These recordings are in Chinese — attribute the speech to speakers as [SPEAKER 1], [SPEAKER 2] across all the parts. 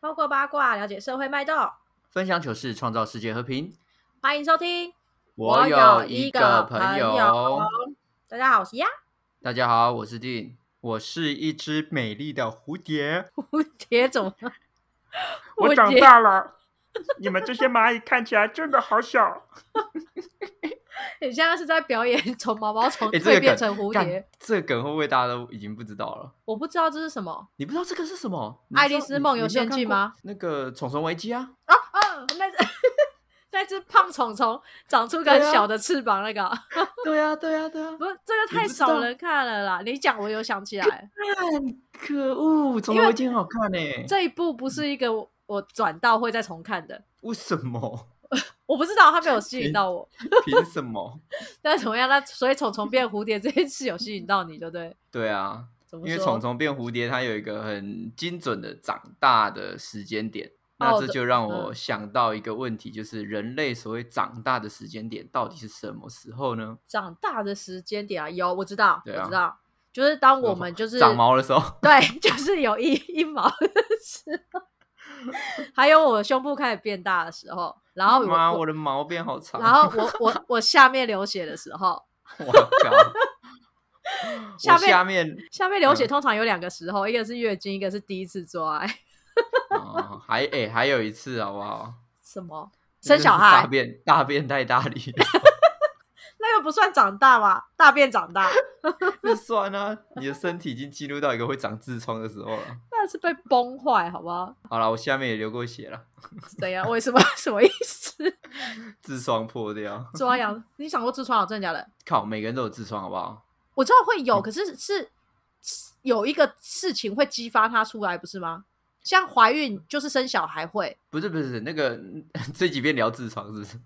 [SPEAKER 1] 透过八卦了解社会脉动。
[SPEAKER 2] 分享糗事，创造世界和平。
[SPEAKER 1] 欢迎收听。
[SPEAKER 2] 我有一个朋友
[SPEAKER 1] 大家好，我是呀
[SPEAKER 2] 大家好，我是丁，我是一只美丽的 蝴蝶，
[SPEAKER 1] 蝴蝶怎 么了？
[SPEAKER 3] 我
[SPEAKER 1] 蝴
[SPEAKER 3] 长
[SPEAKER 1] 蝶
[SPEAKER 3] 大了，你们这些蚂蚁看起来真的好小。
[SPEAKER 1] 你现在是在表演从毛毛虫
[SPEAKER 2] 哎这
[SPEAKER 1] 蜕
[SPEAKER 2] 个
[SPEAKER 1] 变
[SPEAKER 2] 梗
[SPEAKER 1] 成蝴
[SPEAKER 2] 干
[SPEAKER 1] 蝶？
[SPEAKER 2] 这个梗会不会大家都已经不知道了？
[SPEAKER 1] 我不知道这是什么
[SPEAKER 2] 你不知道这个是什么？
[SPEAKER 1] 爱丽丝梦游仙境吗？
[SPEAKER 2] 你你没有看过那个《虫虫危机》 啊，
[SPEAKER 1] 啊啊！那只 那只胖虫虫长出个
[SPEAKER 2] 对
[SPEAKER 1] 很
[SPEAKER 2] 啊
[SPEAKER 1] 小的翅膀， 那个、
[SPEAKER 2] 对啊，对啊，对啊，
[SPEAKER 1] 不是这个太
[SPEAKER 2] 你不知道
[SPEAKER 1] 少人看了啦。你讲我有想起来，
[SPEAKER 2] 看，可恶，《虫虫危机》很好看呢、欸
[SPEAKER 1] 这一部不是一个我我转到会再重看的，
[SPEAKER 2] 为什么？
[SPEAKER 1] 我不知道它没有吸引到我，
[SPEAKER 2] 凭什么？
[SPEAKER 1] 但是怎么样？那所以虫虫变蝴蝶这件事有吸引到你，就对。
[SPEAKER 2] 对啊，
[SPEAKER 1] 怎么
[SPEAKER 2] 因为
[SPEAKER 1] 说
[SPEAKER 2] 虫虫变蝴蝶，它有一个很精准的长大的时间点。那
[SPEAKER 1] 哦
[SPEAKER 2] 这
[SPEAKER 1] 对
[SPEAKER 2] 就让
[SPEAKER 1] 嗯
[SPEAKER 2] 我想到一个问题，就是人类所谓长大的时间点到底是什么时候呢？
[SPEAKER 1] 长大的时间点啊，有我知道，
[SPEAKER 2] 对啊
[SPEAKER 1] 我知道，就是当我们就是
[SPEAKER 2] 长毛的时候，
[SPEAKER 1] 对， 就是有一一毛的时候，还有我胸部开始变大的时候，然后
[SPEAKER 2] 妈，
[SPEAKER 1] 我
[SPEAKER 2] 我的毛变好长。
[SPEAKER 1] 然后我我我下面流血的时候，
[SPEAKER 2] 我靠，
[SPEAKER 1] 下
[SPEAKER 2] 我
[SPEAKER 1] 面
[SPEAKER 2] 下面
[SPEAKER 1] 下面
[SPEAKER 2] 嗯
[SPEAKER 1] 流血通常有两个时候，一个是月经，一个是第一次做爱。
[SPEAKER 2] 哦还哎、还有一次好不好？
[SPEAKER 1] 什么生
[SPEAKER 2] 真的
[SPEAKER 1] 小
[SPEAKER 2] 是大
[SPEAKER 1] 孩？
[SPEAKER 2] 便大便太大力，
[SPEAKER 1] 那个不算长大吧？大便长大，
[SPEAKER 2] 那算啊，你的身体已经进入到一个会长痔疮的时候了。
[SPEAKER 1] 那是被崩坏，好不好？
[SPEAKER 2] 好了，我下面也流过血了，
[SPEAKER 1] 怎样？为什么？什么意思？
[SPEAKER 2] 痔疮破掉。
[SPEAKER 1] 抓痒？你想过痔疮啊？真的假的？
[SPEAKER 2] 靠，每个人都有痔疮好不好？
[SPEAKER 1] 我知道会
[SPEAKER 2] 嗯
[SPEAKER 1] 有，可是是是有一个事情会激发它出来，不是吗？像怀孕就是生小孩会，
[SPEAKER 2] 不是不是那个 这几遍聊痔疮是不是？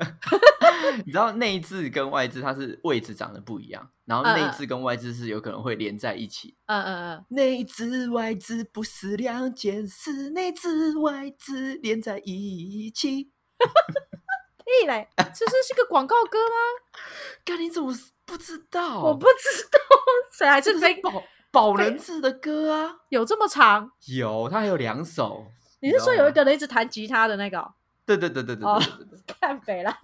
[SPEAKER 2] 你知道内痔跟外痔它是位置长得不一样，然后
[SPEAKER 1] 嗯
[SPEAKER 2] 内
[SPEAKER 1] 嗯
[SPEAKER 2] 痔跟外痔是有可能会连在一起。
[SPEAKER 1] 嗯嗯
[SPEAKER 2] 内痔外痔不是两件事，内痔外痔连在一起。
[SPEAKER 1] 嗯，屁嘞，这是是个广告歌吗？
[SPEAKER 2] 看你怎么是不知道？
[SPEAKER 1] 我不知道，谁还
[SPEAKER 2] 这
[SPEAKER 1] 是
[SPEAKER 2] 个
[SPEAKER 1] 非
[SPEAKER 2] 是保保人志的歌 啊，
[SPEAKER 1] 有这么长？
[SPEAKER 2] 有，它还有两首。
[SPEAKER 1] 你是
[SPEAKER 2] 知
[SPEAKER 1] 说
[SPEAKER 2] 道吗
[SPEAKER 1] 有一？个人一直弹吉他的那个哦、
[SPEAKER 2] 对对对对对
[SPEAKER 1] 哦
[SPEAKER 2] 对对对。
[SPEAKER 1] 看北啦，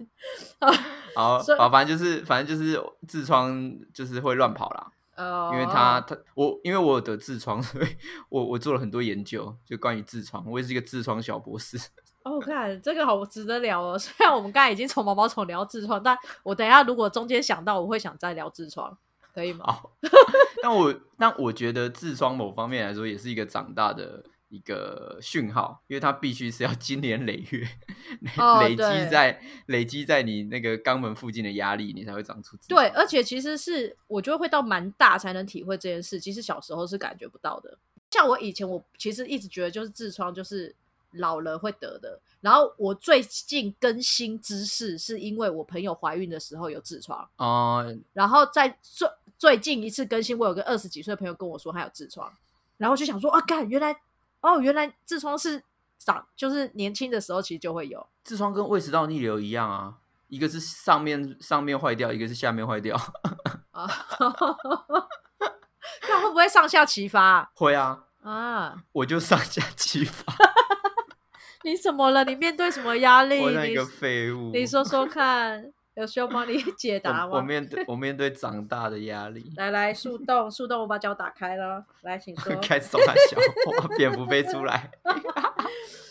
[SPEAKER 2] 好，
[SPEAKER 1] 所以
[SPEAKER 2] 好，反正就是反正就是痔疮就是会乱跑啦，
[SPEAKER 1] 呃，
[SPEAKER 2] 因为它它我因为我有得痔疮， 所以我我做了很多研究，就关于痔疮，我也是一个痔疮小博士。
[SPEAKER 1] 哦，看这个好值得聊哦。 虽然我们刚才已经从毛毛虫聊痔疮，但我等一下如果中间想到，我会想再聊痔疮，可以吗？
[SPEAKER 2] 好， 但我但我觉得痔疮某方面来说也是一个长大的一个讯号，因为它必须是要 经年累月、累
[SPEAKER 1] 哦
[SPEAKER 2] 累积
[SPEAKER 1] 对
[SPEAKER 2] 在累积在你那个肛门附近的压力，你才会长出痔疮。
[SPEAKER 1] 对，而且其实是我觉得会到蛮大才能体会这件事，其实小时候是感觉不到的。像我以前，我其实一直觉得就是痔疮就是老人会得的。然后我最近更新知识，是因为我朋友怀孕的时候有痔疮，
[SPEAKER 2] 哦、
[SPEAKER 1] 然后在最最近一次更新，我有个二十几岁的朋友跟我说他有痔疮，然后我就想说啊，干，原来哦，原来痔疮是长就是年轻的时候其实就会有。
[SPEAKER 2] 痔疮跟胃食道逆流一样啊，一个是上面上面坏掉，一个是下面坏掉。
[SPEAKER 1] 啊，看会不会上下齐发
[SPEAKER 2] 会啊，
[SPEAKER 1] 啊？啊
[SPEAKER 2] 我就上下激发，
[SPEAKER 1] 你怎么了？你面对什么压力？
[SPEAKER 2] 我像
[SPEAKER 1] 你
[SPEAKER 2] 一个废物。
[SPEAKER 1] 你说说看，有需要帮 你解答
[SPEAKER 2] 我我
[SPEAKER 1] 吗？，
[SPEAKER 2] 面对我面对长大的压力
[SPEAKER 1] 来来，树洞，树洞，我把脚打开了，来，请说。
[SPEAKER 2] 开始大小，我蝙蝠飞出 来。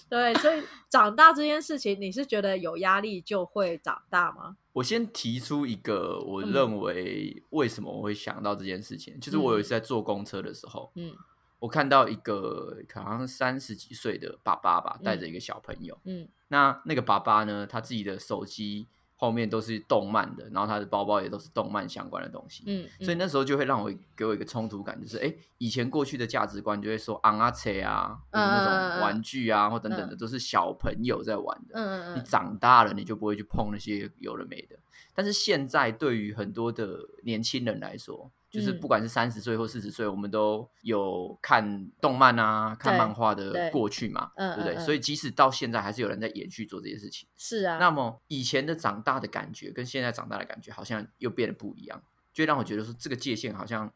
[SPEAKER 1] 对，所 以长大这件事情，你是觉得有压力就会长大吗？
[SPEAKER 2] 我先提出一个，我
[SPEAKER 1] 嗯
[SPEAKER 2] 认为为什么我会想到这件事情，就是我有
[SPEAKER 1] 嗯
[SPEAKER 2] 一次在坐公车的时候，
[SPEAKER 1] 嗯
[SPEAKER 2] 我看到一个好像三十几岁的爸爸吧，带着一个小朋友。
[SPEAKER 1] 嗯
[SPEAKER 2] 那那个爸爸呢，他自己的手机后面都是动漫的，然后他的包包也都是动漫相关的东西。
[SPEAKER 1] 嗯，
[SPEAKER 2] 所以
[SPEAKER 1] 嗯
[SPEAKER 2] 那时候就会让我给我一个冲突感，就是哎、诶以前过去的价值观就会说昂啊车啊，或者那
[SPEAKER 1] 嗯嗯嗯
[SPEAKER 2] 种玩具啊，或等等的，都是小朋友在玩的。
[SPEAKER 1] 嗯嗯
[SPEAKER 2] 你
[SPEAKER 1] 嗯
[SPEAKER 2] 长大了，你就不会去碰那些有的没的。但是现在对于很多的年轻人来说，就是
[SPEAKER 1] 嗯
[SPEAKER 2] 不管是三十岁或四十岁，我们都有看动漫啊、看
[SPEAKER 1] 对
[SPEAKER 2] 漫画
[SPEAKER 1] 对
[SPEAKER 2] 的过去嘛，
[SPEAKER 1] 嗯
[SPEAKER 2] 对不对？
[SPEAKER 1] 嗯嗯
[SPEAKER 2] 所以即使到现在，还是有人在延续做这些事情。
[SPEAKER 1] 是啊，
[SPEAKER 2] 那么以前的长大的感觉跟现在长大的感觉好像又变得不一样，就会让我觉得说这个界限好像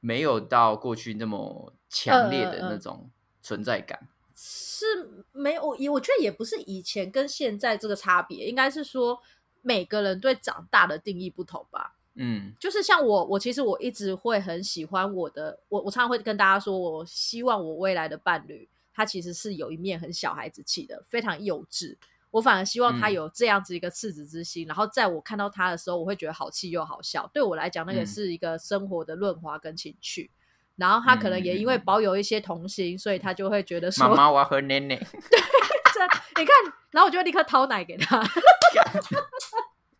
[SPEAKER 2] 没有到过去那么强烈的
[SPEAKER 1] 嗯嗯嗯
[SPEAKER 2] 那种存在感。
[SPEAKER 1] 是没有，也我觉得也不是以前跟现在这个差别，应该是说每个人对长大的定义不同吧。
[SPEAKER 2] 嗯
[SPEAKER 1] 就是像我，我其实我一直会很喜欢我的，我我常常会跟大家说，我希望我未来的伴侣，他其实是有一面很小孩子气的，非常幼稚。我反而希望他
[SPEAKER 2] 嗯
[SPEAKER 1] 有这样子一个赤子之心，然后在我看到他的时候，我会觉得好气又好笑。对我来讲，那个
[SPEAKER 2] 嗯
[SPEAKER 1] 是一个生活的润滑跟情趣。然后他可能也因为
[SPEAKER 2] 嗯嗯嗯
[SPEAKER 1] 保有一些童心，所以他就会觉得说
[SPEAKER 2] 妈，妈我要喝奶 奶，
[SPEAKER 1] 这你看，然后我就会立刻掏奶给他。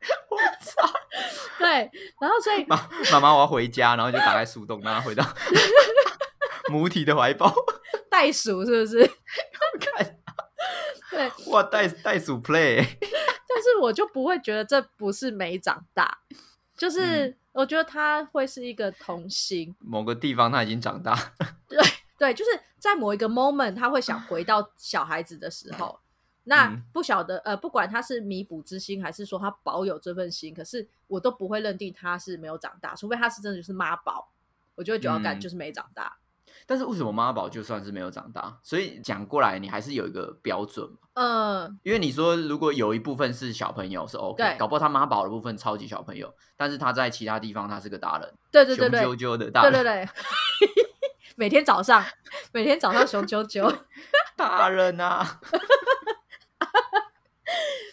[SPEAKER 2] 我操！
[SPEAKER 1] 对，然后所以
[SPEAKER 2] 妈妈妈我要回家，然后就打开树洞，让它回 到母体的怀抱。
[SPEAKER 1] 袋鼠是不是？
[SPEAKER 2] 看
[SPEAKER 1] 对，
[SPEAKER 2] 哇，袋袋鼠 play，
[SPEAKER 1] 但是我就不会觉得这不是没长大，
[SPEAKER 2] 嗯
[SPEAKER 1] 就是我觉得他会是一个童心，
[SPEAKER 2] 某个地方它已经长大。
[SPEAKER 1] 对，就是在某一个 moment 他会想回到小孩子的时候，那
[SPEAKER 2] 嗯
[SPEAKER 1] 不晓得呃，不管他是弥补之心，还是说他保有这份心，可是我都不会认定他是没有长大，除非他是真的就是妈宝，我就会觉得哦干
[SPEAKER 2] 嗯
[SPEAKER 1] 就是没长大。
[SPEAKER 2] 但是为什么妈宝就算是没有长大？所以讲过来，你还是有一个标准嘛。
[SPEAKER 1] 嗯，
[SPEAKER 2] 因为你说如果有一部分是小朋友是 OK，
[SPEAKER 1] 对
[SPEAKER 2] 搞不好他妈宝的部分超级小朋友，但是他在其他地方他是个大人，
[SPEAKER 1] 对对对
[SPEAKER 2] 雄
[SPEAKER 1] 对，
[SPEAKER 2] 赳赳的大
[SPEAKER 1] 对
[SPEAKER 2] 人，
[SPEAKER 1] 对对， 每天早上，每天早上雄赳赳。
[SPEAKER 2] 大人啊，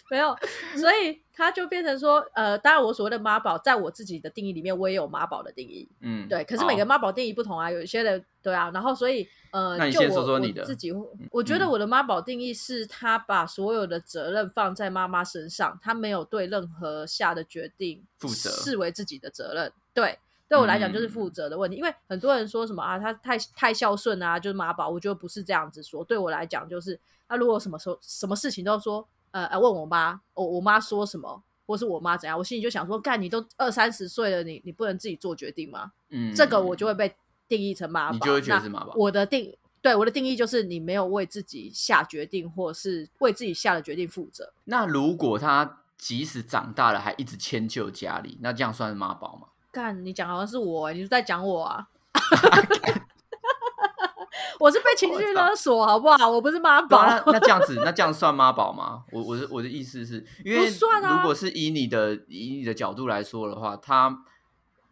[SPEAKER 1] 没有，所以他就变成说，呃，当然我所谓的妈宝，在我自己的定义里面，我也有妈宝的定义，
[SPEAKER 2] 嗯，
[SPEAKER 1] 对。可是每个妈宝定义不同啊，有一些人对啊，然后所以呃，
[SPEAKER 2] 那你
[SPEAKER 1] 就
[SPEAKER 2] 先
[SPEAKER 1] 我
[SPEAKER 2] 说说
[SPEAKER 1] 我
[SPEAKER 2] 你的嗯
[SPEAKER 1] 自己会，我觉得我的妈宝定义是他把所有的责任放在妈妈身上，他没有对任何下的决定
[SPEAKER 2] 负责
[SPEAKER 1] 视为自己的责任，对。对我来讲就是负
[SPEAKER 2] 嗯
[SPEAKER 1] 责的问题，因为很多人说什么啊，他太太孝顺啊，就是妈宝，我觉得不是这样子说。对我来讲就是那如果什么时候什么事情都说，呃，呃问我妈，我我妈说什么，或是我妈怎样，我心里就想说，干你都二三十岁了，你你不能自己做决定吗？
[SPEAKER 2] 嗯，
[SPEAKER 1] 这个我就会被定义成妈宝，
[SPEAKER 2] 你就会觉得是
[SPEAKER 1] 那
[SPEAKER 2] 妈宝
[SPEAKER 1] 我的定对我的定义就是你没有为自己下决定，或是为自己下的决定负责。
[SPEAKER 2] 那如果他即使长大了还一直迁就家里，那这样算是妈宝吗？
[SPEAKER 1] 干，你讲好像是我欸、你是在讲我 啊？我是被情绪勒索，好不好？我不是妈
[SPEAKER 2] 对
[SPEAKER 1] 宝。
[SPEAKER 2] 啊，那那这样子，那这样算妈宝吗？我我的我的意思是，因为
[SPEAKER 1] 不算啊
[SPEAKER 2] 如果是以你的以你的角度来说的话，他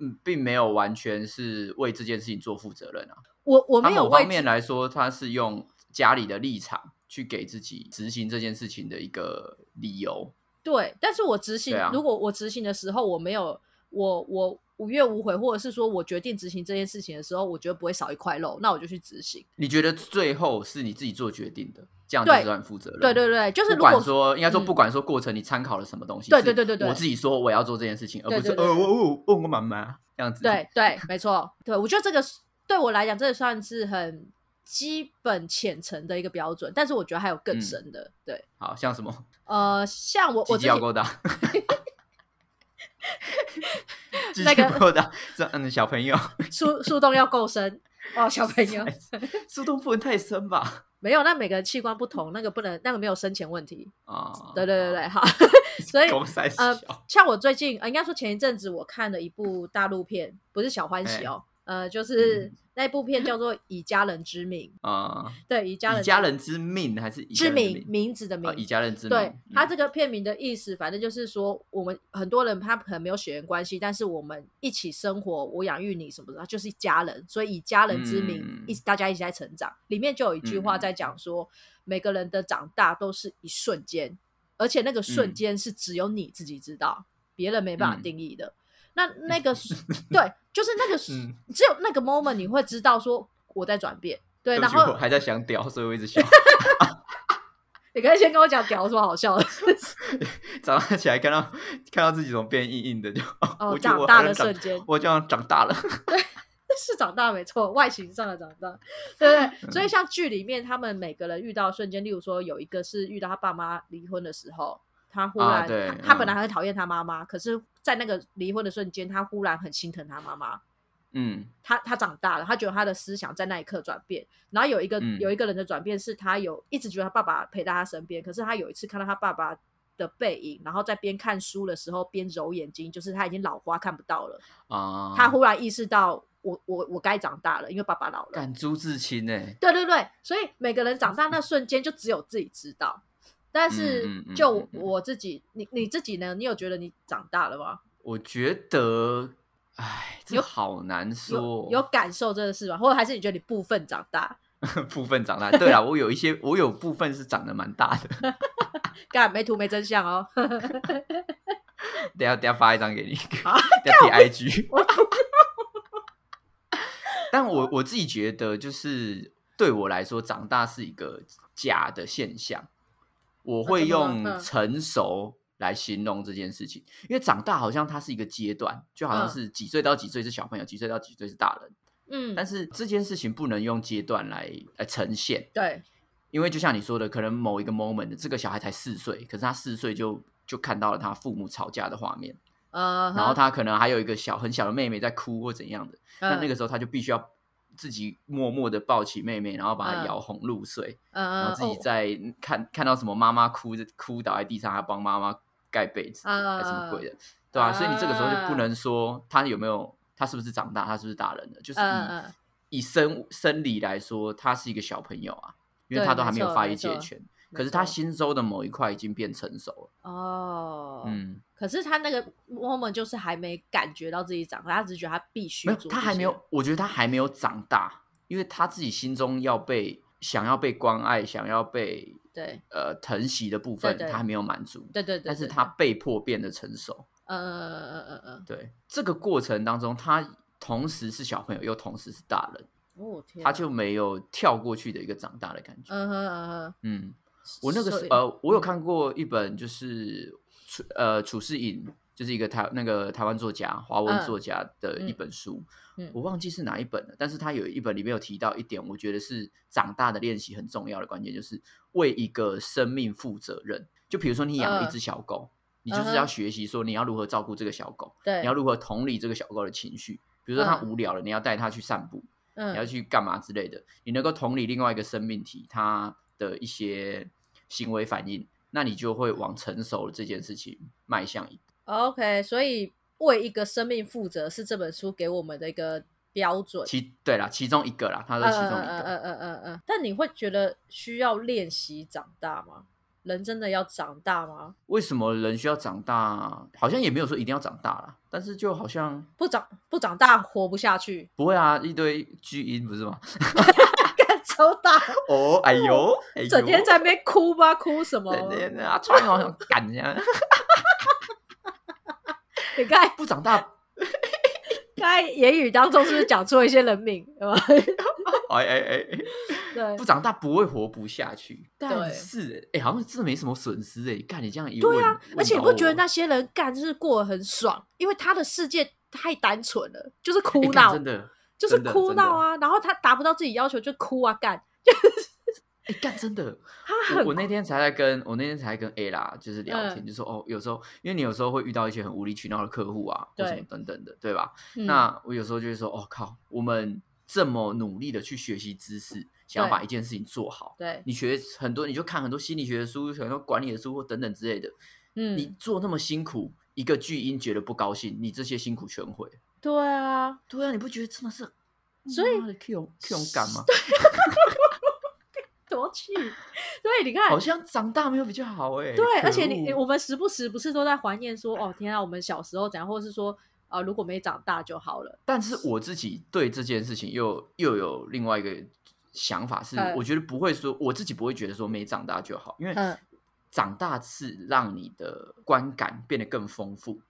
[SPEAKER 2] 嗯并没有完全是为这件事情做负责任啊。
[SPEAKER 1] 我我
[SPEAKER 2] 他
[SPEAKER 1] 没有
[SPEAKER 2] 某
[SPEAKER 1] 为
[SPEAKER 2] 方
[SPEAKER 1] 自
[SPEAKER 2] 面来说，他是用家里的立场去给自己执行这件事情的一个理由。
[SPEAKER 1] 对，但是我执行，
[SPEAKER 2] 对啊
[SPEAKER 1] 如果我执行的时候我没有我我无怨无悔，或者是说我决定执行这件事情的时候，我觉得不会少一块肉，那我就去执行。
[SPEAKER 2] 你觉得最后是你自己做决定的，这样就
[SPEAKER 1] 对
[SPEAKER 2] 算负责任？
[SPEAKER 1] 对对对，就是
[SPEAKER 2] 不
[SPEAKER 1] 如
[SPEAKER 2] 管
[SPEAKER 1] 果
[SPEAKER 2] 说，应该说
[SPEAKER 1] 嗯
[SPEAKER 2] 不管说过程你参考了什么东西，
[SPEAKER 1] 对对
[SPEAKER 2] 是
[SPEAKER 1] 对对对
[SPEAKER 2] 我自己说我要做这件事情，而
[SPEAKER 1] 对
[SPEAKER 2] 不是
[SPEAKER 1] 对对
[SPEAKER 2] 呃我我我我妈妈这样子。
[SPEAKER 1] 对对，没错，对我觉得这个是对我来讲，这算是很基本浅层的一个标准，但是我觉得还有更
[SPEAKER 2] 嗯
[SPEAKER 1] 深的。对，
[SPEAKER 2] 好像什么
[SPEAKER 1] 呃，像我
[SPEAKER 2] 鸡
[SPEAKER 1] 我
[SPEAKER 2] 鸡
[SPEAKER 1] 自
[SPEAKER 2] 要
[SPEAKER 1] 己
[SPEAKER 2] 够大， 鸡
[SPEAKER 1] 那
[SPEAKER 2] 鸡
[SPEAKER 1] 个
[SPEAKER 2] 不够大，这嗯小朋友
[SPEAKER 1] 树树洞要够深哦，小朋友
[SPEAKER 2] 树洞不能太深吧？
[SPEAKER 1] 没有，那每个器官不同，那个不能，那个没有深浅问题。
[SPEAKER 2] 啊，
[SPEAKER 1] 对对对对，好， 所以
[SPEAKER 2] 公三小
[SPEAKER 1] 呃，像我最近，呃，应该说前一阵子我看了一部大陆片，不是小欢喜哦，呃，就是
[SPEAKER 2] 哎嗯
[SPEAKER 1] 那部片叫做《以家人之名》，
[SPEAKER 2] 啊，
[SPEAKER 1] 对，以家人
[SPEAKER 2] 以家人之命还是以
[SPEAKER 1] 之
[SPEAKER 2] 家人
[SPEAKER 1] 名名字的
[SPEAKER 2] 啊，
[SPEAKER 1] 名
[SPEAKER 2] 以。家人之名，
[SPEAKER 1] 对
[SPEAKER 2] 嗯
[SPEAKER 1] 他这个片名的意思，反正就是说，我们很多人他可能没有血缘关系，但是我们一起生活，我养育你什么的，就是家人，所以以家人之名，
[SPEAKER 2] 嗯
[SPEAKER 1] 一起大家一起在成长。里面就有一句话
[SPEAKER 2] 嗯嗯
[SPEAKER 1] 在讲说，每个人的长大都是一瞬间，而且那个瞬
[SPEAKER 2] 嗯
[SPEAKER 1] 间是只有你自己知道，别人没办法
[SPEAKER 2] 嗯
[SPEAKER 1] 定义的。那那个 对，就是那个、
[SPEAKER 2] 嗯
[SPEAKER 1] 只有那个 moment 你会知道说我在转变。对，
[SPEAKER 2] 对不
[SPEAKER 1] 然
[SPEAKER 2] 起，
[SPEAKER 1] 后
[SPEAKER 2] 我还在想屌，所以我一 直笑。
[SPEAKER 1] 你刚才先跟我讲屌有什么好笑的，
[SPEAKER 2] 早上起来看到看到自己怎么变硬硬的，就
[SPEAKER 1] 哦，
[SPEAKER 2] 我觉得
[SPEAKER 1] 长
[SPEAKER 2] 我
[SPEAKER 1] 大
[SPEAKER 2] 好像
[SPEAKER 1] 的
[SPEAKER 2] 长
[SPEAKER 1] 瞬间，
[SPEAKER 2] 我这样 长大了。
[SPEAKER 1] 是长大没错，外形上的长大，对不对？所
[SPEAKER 2] 嗯
[SPEAKER 1] 以像剧里面他们每个人遇到的瞬间，例如说有一个是遇到他爸妈离婚的时候，他忽然、
[SPEAKER 2] 啊对
[SPEAKER 1] 他他本
[SPEAKER 2] 嗯
[SPEAKER 1] 来很讨厌他妈妈，可是，在那个离婚的瞬间，他忽然很心疼他妈妈。
[SPEAKER 2] 嗯，
[SPEAKER 1] 他他长大了，他觉得他的思想在那一刻转变。然后有一个、
[SPEAKER 2] 嗯
[SPEAKER 1] 有一个人的转变是他有一直觉得他爸爸陪在他身边，可是他有一次看到他爸爸的背影，然后在边看书的时候边揉眼睛，就是他已经老花看不到了。
[SPEAKER 2] 啊，
[SPEAKER 1] 他忽然意识到我我我该长大了，因为爸爸老了。
[SPEAKER 2] 干朱自清哎、
[SPEAKER 1] 对对对，所以每个人长大那瞬间就只有自己知道。但是
[SPEAKER 2] 嗯嗯嗯嗯
[SPEAKER 1] 就
[SPEAKER 2] 嗯
[SPEAKER 1] 我
[SPEAKER 2] 嗯
[SPEAKER 1] 我自己，你你自己呢？你有觉得你长大了吗？
[SPEAKER 2] 我觉得，哎，这
[SPEAKER 1] 有
[SPEAKER 2] 好难
[SPEAKER 1] 有
[SPEAKER 2] 说。
[SPEAKER 1] 有感受这个事吗？或者还是你觉得你部分长大？
[SPEAKER 2] 部分长大，对啊，我有一些，我有部分是长得蛮大的。
[SPEAKER 1] 干没图没真相哦。
[SPEAKER 2] 等一下等一下发一张给你，
[SPEAKER 1] 好
[SPEAKER 2] 等一下 P I G。但我我自己觉得，就是对我来说，长大是一个假的现象。我会
[SPEAKER 1] 怎么了
[SPEAKER 2] 用
[SPEAKER 1] 嗯
[SPEAKER 2] 成熟来形容这件事情，因为长大好像它是一个阶段，就好像
[SPEAKER 1] 嗯
[SPEAKER 2] 是几岁到几岁是小朋友，几岁到几岁是大人。
[SPEAKER 1] 嗯，
[SPEAKER 2] 但是这件事情不能用阶段来来呈现，
[SPEAKER 1] 对，
[SPEAKER 2] 因为就像你说的，可能某一个 moment，这个小孩才四岁，可是他四岁就就看到了他父母吵架的画面，
[SPEAKER 1] 呃，
[SPEAKER 2] 然后他可能还有一个小很小的妹妹在哭或怎样的，那
[SPEAKER 1] 嗯
[SPEAKER 2] 那个时候他就必须要自己默默的抱起妹妹，然后把她
[SPEAKER 1] 嗯
[SPEAKER 2] 摇红入睡，然
[SPEAKER 1] 呃
[SPEAKER 2] 后自己
[SPEAKER 1] 哦
[SPEAKER 2] 在看看到什么妈妈哭着哭倒在地上，还帮妈妈盖被子，
[SPEAKER 1] 嗯
[SPEAKER 2] 还什么鬼的，对吧、所以你这个时候就不能说他有没有他是不是长大，他是不是大人了，就是以、
[SPEAKER 1] 嗯嗯嗯
[SPEAKER 2] 以生生理来说，他是一个小朋友啊，因为
[SPEAKER 1] 对
[SPEAKER 2] 他都还
[SPEAKER 1] 没
[SPEAKER 2] 没有
[SPEAKER 1] 错
[SPEAKER 2] 发
[SPEAKER 1] 没
[SPEAKER 2] 育健
[SPEAKER 1] 错
[SPEAKER 2] 全，
[SPEAKER 1] 没
[SPEAKER 2] 可是他
[SPEAKER 1] 错
[SPEAKER 2] 新收的某一块已经变成熟了，
[SPEAKER 1] 哦，
[SPEAKER 2] 嗯，
[SPEAKER 1] 可是他那个 moment 就是还没感觉到自己长大，他只是觉得他必须
[SPEAKER 2] 没有，
[SPEAKER 1] 做
[SPEAKER 2] 他
[SPEAKER 1] 这
[SPEAKER 2] 还没
[SPEAKER 1] 些
[SPEAKER 2] 有，我觉得他还没有长大，因为他自己心中要被想要被关爱，想要被
[SPEAKER 1] 对
[SPEAKER 2] 呃疼惜的部分，
[SPEAKER 1] 对
[SPEAKER 2] 他还没有满足，
[SPEAKER 1] 对对对，
[SPEAKER 2] 但是
[SPEAKER 1] 对
[SPEAKER 2] 他被迫变得成熟。
[SPEAKER 1] 呃呃呃呃
[SPEAKER 2] 对这个过程当中，他同时是小朋友，又同时是大人，
[SPEAKER 1] 呃，哦天啊，
[SPEAKER 2] 他就没有跳过去的一个长大的感觉。
[SPEAKER 1] 嗯哼嗯哼，
[SPEAKER 2] 嗯，我那个
[SPEAKER 1] 所
[SPEAKER 2] 是
[SPEAKER 1] 以
[SPEAKER 2] 呃，我
[SPEAKER 1] 嗯
[SPEAKER 2] 有看过一本就是楚呃楚世颖，就是一个台那个台湾作家、华文
[SPEAKER 1] 嗯
[SPEAKER 2] 作家的一
[SPEAKER 1] 嗯
[SPEAKER 2] 本书，
[SPEAKER 1] 嗯
[SPEAKER 2] 我忘记是哪一本了，但是他有一本里面有提到一点，我觉得是长大的练习很重要的关键，就是为一个生命负责任。就比如说你养了一
[SPEAKER 1] 嗯
[SPEAKER 2] 只小狗，你就是
[SPEAKER 1] 嗯
[SPEAKER 2] 要
[SPEAKER 1] 哼
[SPEAKER 2] 学习说你要如何照顾这个小狗，
[SPEAKER 1] 对，
[SPEAKER 2] 你要如何同理这个小狗的情绪。比如说它
[SPEAKER 1] 嗯
[SPEAKER 2] 无聊了，你要带它去散步，
[SPEAKER 1] 嗯
[SPEAKER 2] 你要去干嘛之类的，你能够同理另外一个生命体他的一些行为反应，那你就会往成熟这件事情迈向一步。
[SPEAKER 1] 哦 OK，所以为一个生命负责是这本书给我们的一个标准。
[SPEAKER 2] 其对啦，其中一个啦，他
[SPEAKER 1] 嗯
[SPEAKER 2] 说其
[SPEAKER 1] 嗯
[SPEAKER 2] 中一
[SPEAKER 1] 嗯
[SPEAKER 2] 个，
[SPEAKER 1] 嗯嗯嗯嗯。但你会觉得需要练习长大吗？人真的要长大吗？
[SPEAKER 2] 为什么人需要长大？好像也没有说一定要长大啦，但是就好像
[SPEAKER 1] 不长不长大活不下去，
[SPEAKER 2] 不会啊，一堆巨婴不是吗？
[SPEAKER 1] 干超大，
[SPEAKER 2] 哦，哎呦， 哎呦
[SPEAKER 1] 整天在那边哭吧，哭什么？
[SPEAKER 2] 对对对啊，穿好想干人家，
[SPEAKER 1] 你刚才
[SPEAKER 2] 不长大，
[SPEAKER 1] 刚才言语当中是不是讲出了一些人名？ 对吧？
[SPEAKER 2] 哎哎哎哎。
[SPEAKER 1] 对
[SPEAKER 2] 不，长大不会活不下去。但
[SPEAKER 1] 对
[SPEAKER 2] 是，哎、好像真的没什么损失哎、干你这样一问，
[SPEAKER 1] 对啊，
[SPEAKER 2] 问
[SPEAKER 1] 而且你
[SPEAKER 2] 到
[SPEAKER 1] 不觉得
[SPEAKER 2] 我
[SPEAKER 1] 那些人干就是过得很爽，因为他的世界太单纯了，就是
[SPEAKER 2] 哎
[SPEAKER 1] 哭
[SPEAKER 2] 干
[SPEAKER 1] 闹，
[SPEAKER 2] 真的
[SPEAKER 1] 就是
[SPEAKER 2] 真的
[SPEAKER 1] 哭
[SPEAKER 2] 真的
[SPEAKER 1] 闹啊，然后他达不到自己要求就哭啊干，
[SPEAKER 2] 哎干真的，
[SPEAKER 1] 他
[SPEAKER 2] 我我
[SPEAKER 1] 很
[SPEAKER 2] 那天才在跟我那天才跟 A 啦，就是聊天，
[SPEAKER 1] 嗯
[SPEAKER 2] 就说哦，有时候因为你有时候会遇到一些很无理取闹的客户啊，或什么
[SPEAKER 1] 对
[SPEAKER 2] 等等的，对吧？
[SPEAKER 1] 嗯
[SPEAKER 2] 那我有时候就会说，哦靠，我们这么努力的去学习知识，想要
[SPEAKER 1] 对
[SPEAKER 2] 把一件事情做好。
[SPEAKER 1] 对，
[SPEAKER 2] 你学很多，你就看很多心理学的书，很多管理的书或等等之类的。你
[SPEAKER 1] 嗯，
[SPEAKER 2] 做那么辛苦，一个巨婴觉得不高兴，你这些辛苦全毁。
[SPEAKER 1] 对啊，
[SPEAKER 2] 对啊，你不觉得真的是，
[SPEAKER 1] 所以
[SPEAKER 2] 妈的 Q Q 感吗？
[SPEAKER 1] 多气，所以你看
[SPEAKER 2] 好。像长大没有比较好哎、
[SPEAKER 1] 对，
[SPEAKER 2] 可
[SPEAKER 1] 而且你
[SPEAKER 2] 恶
[SPEAKER 1] 我们时不时不是都在怀念说，哦天啊，我们小时候怎样，或者是说，啊、如果没长大就好了。
[SPEAKER 2] 但是我自己对这件事情又又有另外一个想法是，
[SPEAKER 1] 嗯
[SPEAKER 2] 我觉得不会说我自己不会觉得说没长大就好，因为
[SPEAKER 1] 嗯
[SPEAKER 2] 长大是让你的观感变得更丰富。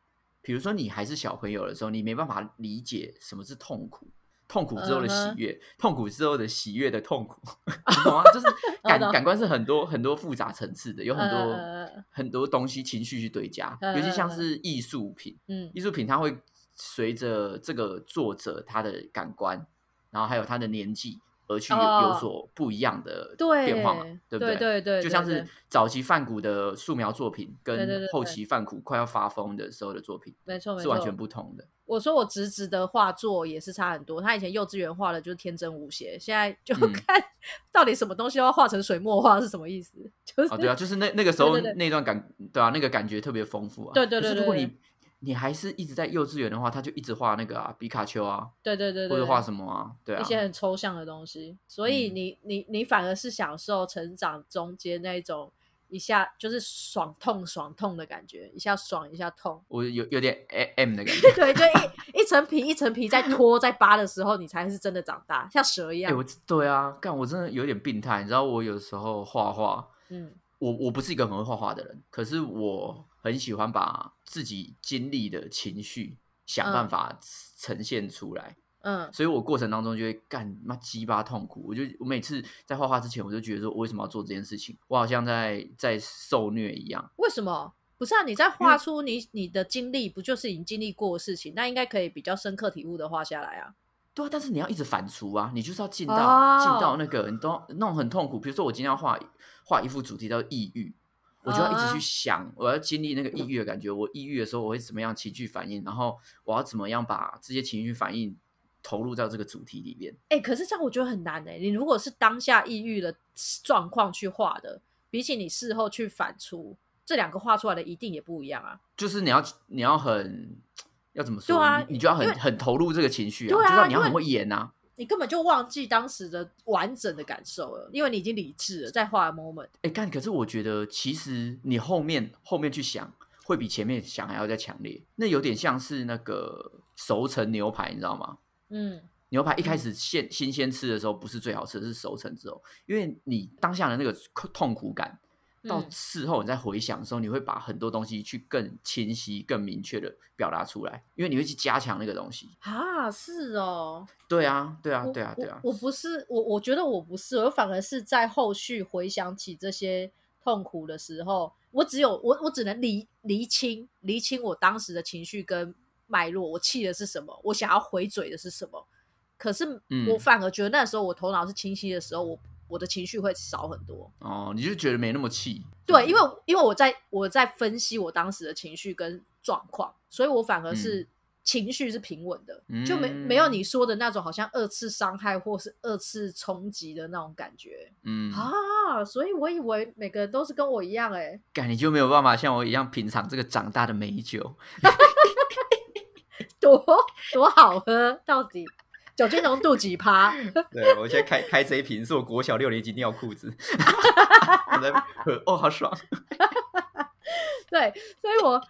[SPEAKER 2] 比如说你还是小朋友的时候，你没办法理解什么是痛苦。痛苦之后的喜
[SPEAKER 1] 嗯哼
[SPEAKER 2] 悦痛苦之后的喜悦的 痛苦， 你懂吗？就是感
[SPEAKER 1] 懂
[SPEAKER 2] 感官是很多很多复杂层次的，有很多、
[SPEAKER 1] 嗯嗯嗯嗯嗯
[SPEAKER 2] 很多东西情绪去堆加，
[SPEAKER 1] 嗯
[SPEAKER 2] 尤其像
[SPEAKER 1] 嗯嗯
[SPEAKER 2] 是艺术品，
[SPEAKER 1] 嗯
[SPEAKER 2] 艺术品它会随着这个作者他的感官，然后还有他的年纪而去有,、
[SPEAKER 1] 哦
[SPEAKER 2] 有所不一样的
[SPEAKER 1] 对
[SPEAKER 2] 变化嘛，对不
[SPEAKER 1] 对对对
[SPEAKER 2] 就像
[SPEAKER 1] 对
[SPEAKER 2] 是
[SPEAKER 1] 对
[SPEAKER 2] 早期梵谷的素描作品，
[SPEAKER 1] 对对
[SPEAKER 2] 跟
[SPEAKER 1] 对
[SPEAKER 2] 后
[SPEAKER 1] 对
[SPEAKER 2] 期梵谷快要发疯的时候的作品
[SPEAKER 1] 没错没
[SPEAKER 2] 是
[SPEAKER 1] 错
[SPEAKER 2] 完，全不同的。
[SPEAKER 1] 我说我侄子的画作也是差很多，他以前幼稚园画的就是天真无邪，现在就
[SPEAKER 2] 嗯
[SPEAKER 1] 看到底什么东西要画成水墨画是什么意思？ 就是、
[SPEAKER 2] 哦哦，对啊，就是那那个时候
[SPEAKER 1] 对对对
[SPEAKER 2] 那段感，对啊，那个感觉特别丰富啊。
[SPEAKER 1] 对对对
[SPEAKER 2] 可是如果
[SPEAKER 1] 对
[SPEAKER 2] 你
[SPEAKER 1] 对
[SPEAKER 2] 你还是一直在幼稚园的话，他就一直画那个啊，皮卡丘啊，
[SPEAKER 1] 对对对
[SPEAKER 2] 或
[SPEAKER 1] 对，
[SPEAKER 2] 者画什么啊，对啊
[SPEAKER 1] 一，些很抽象的东西，所以
[SPEAKER 2] 嗯。
[SPEAKER 1] 你、你你反而是享受成长中间那一种一下就是爽痛爽痛的感觉，一下爽一下痛
[SPEAKER 2] 我有有点 A- M 的感觉。
[SPEAKER 1] 对，就一一层皮一层皮在脱在扒的时候，你才是真的长大，像蛇一
[SPEAKER 2] 哎、
[SPEAKER 1] 样。
[SPEAKER 2] 我对啊，干我真的有点病态，你知道我有时候画画，
[SPEAKER 1] 嗯，
[SPEAKER 2] 我我不是一个很会画画的人，可是我很喜欢把自己经历的情绪想办
[SPEAKER 1] 嗯
[SPEAKER 2] 法呈现出来，
[SPEAKER 1] 嗯，
[SPEAKER 2] 所以我过程当中就会干妈鸡巴痛苦。我就我每次在画画之前，我就觉得说我为什么要做这件事情，我好像在在受虐一样。
[SPEAKER 1] 为什么？不是啊，你在画出你你的经历，不就是已经经历过的事情？那应该可以比较深刻体悟的画下来啊。
[SPEAKER 2] 对啊，但是你要一直反刍啊，你就是要进到、
[SPEAKER 1] 哦
[SPEAKER 2] 进到那个，你都要弄很痛苦。比如说我今天要画画一幅主题叫抑郁，我就要一直
[SPEAKER 1] 啊
[SPEAKER 2] 去想，我要经历那个抑郁的感觉。我抑郁的时候，我会怎么样情绪反应，然后我要怎么样把这些情绪反应投入到这个主题里面。
[SPEAKER 1] 哎、可是这样我觉得很难哎、你如果是当下抑郁的状况去画的，比起你事后去反刍，这两个画出来的一定也不一样啊。
[SPEAKER 2] 就是你要你要很要怎么说？
[SPEAKER 1] 对啊
[SPEAKER 2] 你你就要很
[SPEAKER 1] 因为
[SPEAKER 2] 很投入这个情绪啊，
[SPEAKER 1] 对啊
[SPEAKER 2] 就算你要
[SPEAKER 1] 因为
[SPEAKER 2] 很会演啊。
[SPEAKER 1] 你根本就忘记当时的完整的感受了，因为你已经理智了，在画的 moment。
[SPEAKER 2] 哎，干！可是我觉得，其实你后面后面去想，会比前面想还要再强烈。那有点像是那个熟成牛排，你知道吗？
[SPEAKER 1] 嗯，
[SPEAKER 2] 牛排一开始现新鲜吃的时候不是最好吃的，是熟成之后，因为你当下的那个痛苦感，到
[SPEAKER 1] 嗯
[SPEAKER 2] 事后你再回想的时候，你会把很多东西去更清晰、更明确的表达出来，因为你会去加强那个东西。
[SPEAKER 1] 啊，是哦，
[SPEAKER 2] 对啊，对啊，
[SPEAKER 1] 我
[SPEAKER 2] 对啊，对啊。
[SPEAKER 1] 我我不是我，我觉得我不是，我反而是在后续回想起这些痛苦的时候，我只有我我只能厘厘清厘清我当时的情绪跟脉络，我气的是什么，我想要回嘴的是什么。可是
[SPEAKER 2] 嗯
[SPEAKER 1] 我反而觉得那时候我头脑是清晰的时候，我我的情绪会少很多。
[SPEAKER 2] 哦，你就觉得没那么气。
[SPEAKER 1] 对，因为因为我在我在分析我当时的情绪跟状况，所以我反而是、情绪是平稳的，就没没有
[SPEAKER 2] 嗯
[SPEAKER 1] 你说的那种好像二次伤害或是二次冲击的那种感觉、
[SPEAKER 2] 嗯，
[SPEAKER 1] 啊。所以我以为每个人都是跟我一样哎、
[SPEAKER 2] 感你就没有办法像我一样品尝这个长大的美酒。
[SPEAKER 1] 多多好喝，到底酒精浓度几趴？
[SPEAKER 2] 对我现在开开这一瓶，是我国小六年级尿裤子， 我在喝，哦，好爽。
[SPEAKER 1] 对，所以我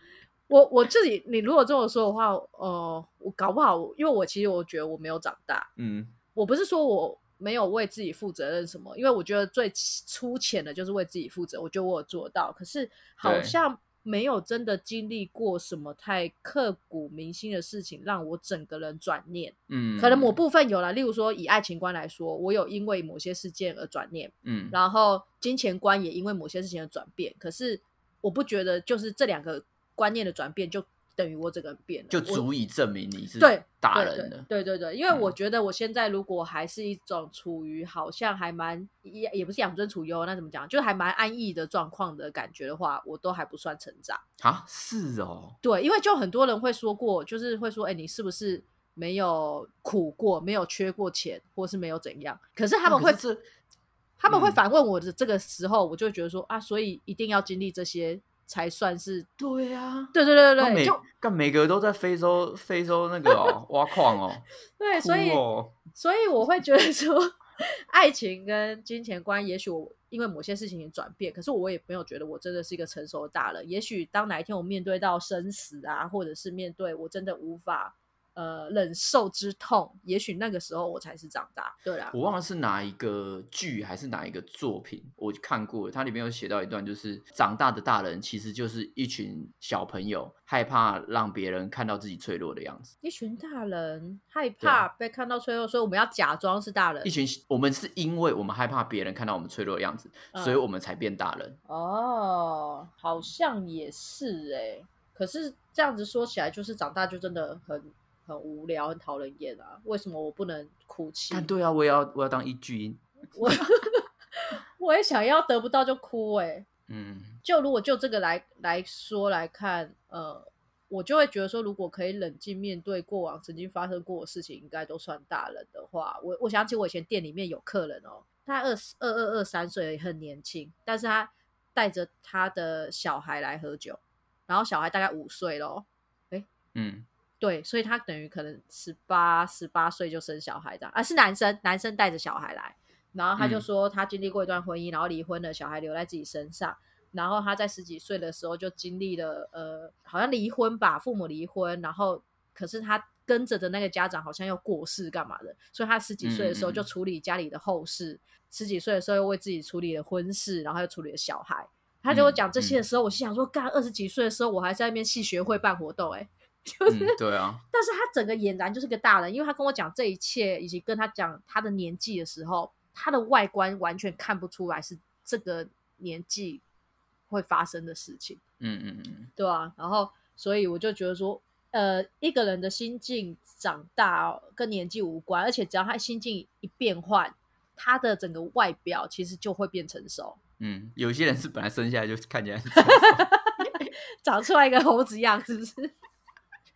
[SPEAKER 1] 我我自己，你如果这么说的话，呃，我搞不好，因为我其实我觉得我没有长大，
[SPEAKER 2] 嗯
[SPEAKER 1] 我不是说我没有为自己负责任什么，因为我觉得最粗浅的就是为自己负责，我觉得我有做到，可是好
[SPEAKER 2] 对
[SPEAKER 1] 像没有真的经历过什么太刻骨铭心的事情，让我整个人转念。
[SPEAKER 2] 嗯，
[SPEAKER 1] 可能某部分有啦，例如说以爱情观来说，我有因为某些事件而转念，
[SPEAKER 2] 嗯，
[SPEAKER 1] 然后金钱观也因为某些事情而转变。可是我不觉得就是这两个观念的转变就等于我整个人变了，
[SPEAKER 2] 就
[SPEAKER 1] 我
[SPEAKER 2] 足以证明你是
[SPEAKER 1] 对
[SPEAKER 2] 大
[SPEAKER 1] 对
[SPEAKER 2] 人了。
[SPEAKER 1] 对对对，因为我
[SPEAKER 2] 嗯
[SPEAKER 1] 觉得我现在如果还是一种处于好像还蛮也也不是养尊处优，那怎么讲，就还蛮安逸的状况的感觉的话，我都还不算成长。
[SPEAKER 2] 啊，是哦，
[SPEAKER 1] 对，因为就很多人会说过，就是会说，哎，你是不是没有苦过，没有缺过钱，或是没有怎样？可是他们
[SPEAKER 2] 嗯可
[SPEAKER 1] 会
[SPEAKER 2] 是这
[SPEAKER 1] 他们会
[SPEAKER 2] 嗯
[SPEAKER 1] 反问我的这个时候，我就会觉得说啊，所以一定要经历这些才算是
[SPEAKER 2] 对啊。
[SPEAKER 1] 对对对对
[SPEAKER 2] 干
[SPEAKER 1] 对，
[SPEAKER 2] 每
[SPEAKER 1] 就
[SPEAKER 2] 干每个都在非洲，非洲那个哦挖 矿哦，
[SPEAKER 1] 对，哎所以
[SPEAKER 2] 哭哦，
[SPEAKER 1] 所以我会觉得说， 爱情跟金钱观，也许我因为某些事情转变，可是我也没有觉得我真的是一个成熟的大人。也许当哪一天我面对到生死啊，或者是面对我真的无法呃忍受之痛，也许那个时候我才是长大。对啦，
[SPEAKER 2] 我忘了是哪一个剧还是哪一个作品，我看过，它里面有写到一段，就是长大的大人其实就是一群小朋友，害怕让别人看到自己脆弱的样子。
[SPEAKER 1] 一群大人害
[SPEAKER 2] 对
[SPEAKER 1] 怕
[SPEAKER 2] 啊
[SPEAKER 1] 被看到脆弱，所以我们要假装是大人
[SPEAKER 2] 一。群我们是因为我们害怕别人看到我们脆弱的样子，
[SPEAKER 1] 嗯
[SPEAKER 2] 所以我们才变大人。
[SPEAKER 1] 哦，好像也是哎、可是这样子说起来，就是长大就真的很很无聊，很讨人厌啊。为什么我不能哭泣？
[SPEAKER 2] 但对啊，我也要我要当一巨婴。
[SPEAKER 1] 我我也想要得不到就哭哎、
[SPEAKER 2] 嗯，
[SPEAKER 1] 就如果就这个来来说来看，呃，我就会觉得说，如果可以冷静面对过往曾经发生过的事情，应该都算大人的话。我我想起我以前店里面有客人哦，他二十二二二三岁很年轻，但是他带着他的小孩来喝酒，然后小孩大概五岁咯，诶，
[SPEAKER 2] 嗯，
[SPEAKER 1] 对，所以他等于可能十八十八岁就生小孩这样，啊，是男生，男生带着小孩来，然后他就
[SPEAKER 2] 嗯
[SPEAKER 1] 说他经历过一段婚姻，然后离婚了，小孩留在自己身上，然后他在十几岁的时候就经历了呃，好像离婚吧，父母离婚，然后可是他跟着的那个家长好像要过世干嘛的，所以他十几岁的时候就
[SPEAKER 2] 嗯嗯嗯
[SPEAKER 1] 处理家里的后事，十几岁的时候又为自己处理了婚事，然后又处理了小孩。他给我
[SPEAKER 2] 嗯
[SPEAKER 1] 讲这些
[SPEAKER 2] 嗯
[SPEAKER 1] 的时候，我心想说，干二十几岁的时候，我还在那边系学会办活动、欸，哎， 就
[SPEAKER 2] 嗯
[SPEAKER 1] 是、
[SPEAKER 2] 对啊，
[SPEAKER 1] 但是他整个俨然就是个大人，因为他跟我讲这一切，以及跟他讲他的年纪的时候，他的外观完全看不出来是这个年纪会发生的事情，
[SPEAKER 2] 嗯嗯嗯，
[SPEAKER 1] 对吧、然后，所以我就觉得说，呃，一个人的心境长大、哦、跟年纪无关，而且只要他心境一变换，他的整个外表其实就会变成熟，
[SPEAKER 2] 嗯，有些人是本来生下来就看起来很 成熟，
[SPEAKER 1] 长出来一个猴子样，是不是？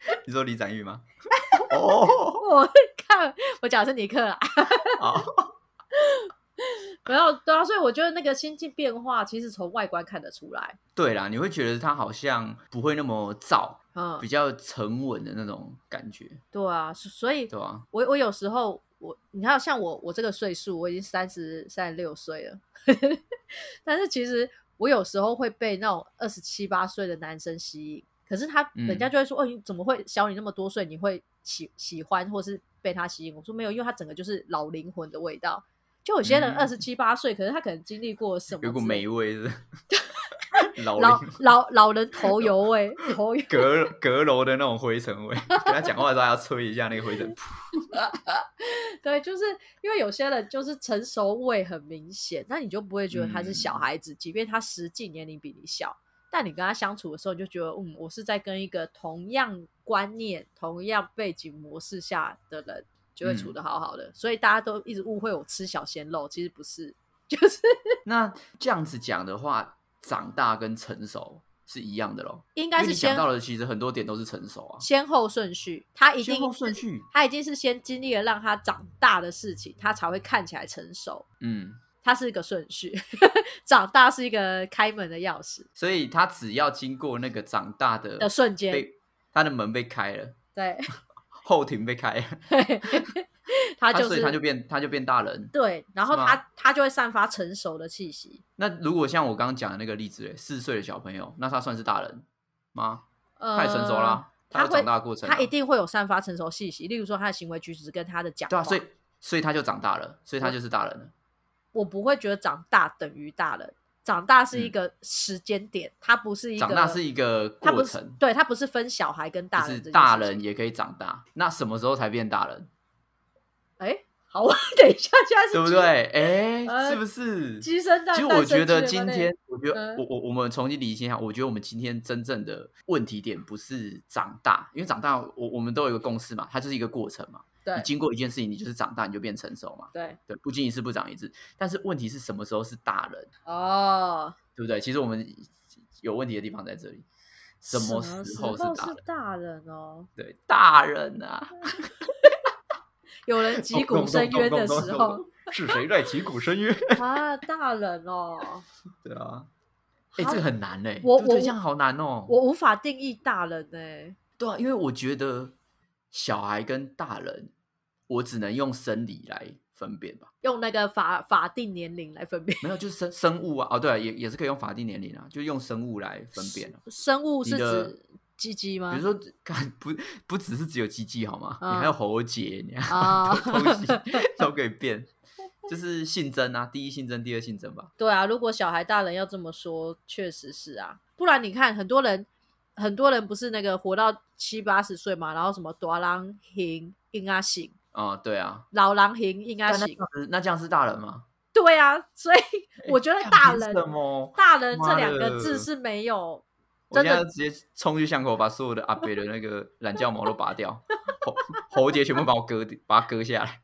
[SPEAKER 2] 你说李展玉吗？ 哦，
[SPEAKER 1] 我看我讲的是尼克啦。啊
[SPEAKER 2] 好，
[SPEAKER 1] 没有，对啊，所以我觉得那个心境变化，其实从外观看得出来。
[SPEAKER 2] 对啦，你会觉得他好像不会那么燥，
[SPEAKER 1] 嗯
[SPEAKER 2] 比，较沉稳的那种感觉，
[SPEAKER 1] 对啊，所所以
[SPEAKER 2] 对吧、
[SPEAKER 1] 我我有时候我，你看像我我这个岁数，我已经三十三十六岁了， 但是其实我有时候会被那种二十七八岁的男生吸引，可是他
[SPEAKER 2] 嗯
[SPEAKER 1] 人家就会说，哦，你怎么会小你那么多岁，你会喜喜欢或是被他吸引？我说没有，因为他整个就是老灵魂的味道。就有些人
[SPEAKER 2] 嗯
[SPEAKER 1] 二十七八岁，可是他可能经历过什么之类，
[SPEAKER 2] 有股霉味 是不是老
[SPEAKER 1] 老
[SPEAKER 2] 人
[SPEAKER 1] 老老人头油味，头油
[SPEAKER 2] 阁阁楼的那种灰尘味，跟他讲话的时候还要吹一下那个灰尘，噗
[SPEAKER 1] 对，就是因为有些人就是成熟味很明显，那你就不会觉得他是小
[SPEAKER 2] 嗯
[SPEAKER 1] 孩子，即便他实际年龄比你小，但你跟他相处的时候，你就觉得，嗯，我是在跟一个同样观念、同样背景模式下的人，就会处
[SPEAKER 2] 嗯
[SPEAKER 1] 的好好的。所以大家都一直误会我吃小鲜肉，其实不是， 就是
[SPEAKER 2] 那这样子讲的话，长大跟成熟是一样的喽。
[SPEAKER 1] 应
[SPEAKER 2] 因
[SPEAKER 1] 该
[SPEAKER 2] 为
[SPEAKER 1] 啊是
[SPEAKER 2] 你讲
[SPEAKER 1] 先
[SPEAKER 2] 到的，其实很多点都是成熟啊，
[SPEAKER 1] 先后顺序，他一定
[SPEAKER 2] 先后顺序。
[SPEAKER 1] 他已经是先经历了让他长大的事情，他才会看起来成熟。
[SPEAKER 2] 嗯，
[SPEAKER 1] 它是一个顺序，长大是一个开门的钥匙
[SPEAKER 2] 所以他只要经过那个长大的
[SPEAKER 1] 的瞬间，
[SPEAKER 2] 被他的门被开了，
[SPEAKER 1] 对，
[SPEAKER 2] 后庭被开了，
[SPEAKER 1] 他
[SPEAKER 2] 他
[SPEAKER 1] 就
[SPEAKER 2] 所
[SPEAKER 1] 是
[SPEAKER 2] 以他就变他就变大人。
[SPEAKER 1] 对，然后
[SPEAKER 2] 是吗
[SPEAKER 1] 他他就会散发成熟的气息。
[SPEAKER 2] 那如果像我刚刚讲的那个例子嘞，四岁的小朋友，那他算是大人吗？
[SPEAKER 1] 呃，
[SPEAKER 2] 他也成熟啦，
[SPEAKER 1] 他
[SPEAKER 2] 有
[SPEAKER 1] 会
[SPEAKER 2] 长大的过程啊，
[SPEAKER 1] 他一定会有散发成熟气息，例如说他的行为举止跟他的讲
[SPEAKER 2] 对
[SPEAKER 1] 话。
[SPEAKER 2] 啊，所以所以他就长大了，所以他就是大人了。
[SPEAKER 1] 我不会觉得长大等于大人，长大是一个时间点，它不是一个
[SPEAKER 2] 嗯长大是一个
[SPEAKER 1] 它不
[SPEAKER 2] 过
[SPEAKER 1] 是
[SPEAKER 2] 程，
[SPEAKER 1] 对，它不是分小孩跟大
[SPEAKER 2] 就
[SPEAKER 1] 人
[SPEAKER 2] 是
[SPEAKER 1] 这件
[SPEAKER 2] 大
[SPEAKER 1] 事情
[SPEAKER 2] 人也可以长大。那什么时候才变大人？
[SPEAKER 1] 哎，好，我等一下，现在是
[SPEAKER 2] 对不
[SPEAKER 1] 鸡
[SPEAKER 2] 对？？哎、
[SPEAKER 1] 呃
[SPEAKER 2] 是不是？
[SPEAKER 1] 鸡生蛋，
[SPEAKER 2] 其实
[SPEAKER 1] 蛋
[SPEAKER 2] 我
[SPEAKER 1] 生
[SPEAKER 2] 觉得
[SPEAKER 1] 鸡
[SPEAKER 2] 今
[SPEAKER 1] 吗那
[SPEAKER 2] 天，我觉得
[SPEAKER 1] 嗯
[SPEAKER 2] 我我我们重新理清一下，我觉得我们今天真正的问题点不是长大，因为长大我我们都有一个共识嘛，它就是一个过程嘛。你
[SPEAKER 1] 对
[SPEAKER 2] 经过一件事情，你就是长大，你就变成熟嘛。
[SPEAKER 1] 对
[SPEAKER 2] 对，不经一事不长一智。但是问题是什么时候是大人，
[SPEAKER 1] 哦，
[SPEAKER 2] 对不对？其实我们有问题的地方在这里。什么
[SPEAKER 1] 时
[SPEAKER 2] 时
[SPEAKER 1] 候
[SPEAKER 2] 候是大人
[SPEAKER 1] 大人哦？
[SPEAKER 2] 对，大人啊，
[SPEAKER 1] 有人击鼓深渊的时候
[SPEAKER 2] 是谁在击鼓深渊？
[SPEAKER 1] 啊，大人哦，
[SPEAKER 2] 对啊，哎、
[SPEAKER 1] 好
[SPEAKER 2] 这个很难嘞、
[SPEAKER 1] 我
[SPEAKER 2] 对不对
[SPEAKER 1] 我
[SPEAKER 2] 这样好难哦、
[SPEAKER 1] 我无法定义大人欸呢、
[SPEAKER 2] 对啊，因为我觉得小孩跟大人，我只能用生理来分辨吧，
[SPEAKER 1] 用那个法法定年龄来分辨。
[SPEAKER 2] 没有就是生生物啊，哦对啊、也也是可以用法定年龄啊，就用生物来分辨啊。
[SPEAKER 1] 生物是
[SPEAKER 2] 你的
[SPEAKER 1] 指鸡鸡吗？
[SPEAKER 2] 比如说，看不不只是只有鸡鸡好吗？
[SPEAKER 1] 嗯
[SPEAKER 2] 你还有喉结，你 还
[SPEAKER 1] 啊
[SPEAKER 2] 有东西都可以变，就是性征啊，第一性征，第二性征吧。
[SPEAKER 1] 对啊，如果小孩大人要这么说，确实是啊。不然你看，很多人，很多人不是那个活到七八十岁嘛，然后什么大人行硬啊醒，
[SPEAKER 2] 啊、对啊，
[SPEAKER 1] 老狼行硬啊
[SPEAKER 2] 但那这
[SPEAKER 1] 醒，
[SPEAKER 2] 样子那这样是大人吗？ 哎
[SPEAKER 1] 对啊。所以我觉得
[SPEAKER 2] 干
[SPEAKER 1] 大
[SPEAKER 2] 凭
[SPEAKER 1] 人
[SPEAKER 2] 什么？
[SPEAKER 1] 大人这
[SPEAKER 2] 妈
[SPEAKER 1] 两个
[SPEAKER 2] 的
[SPEAKER 1] 字是没有
[SPEAKER 2] 我
[SPEAKER 1] 真
[SPEAKER 2] 现
[SPEAKER 1] 的
[SPEAKER 2] 在直接冲去巷口，把所有的阿伯的那个懒觉毛都拔掉，喉喉结全部把我割，把它割下来。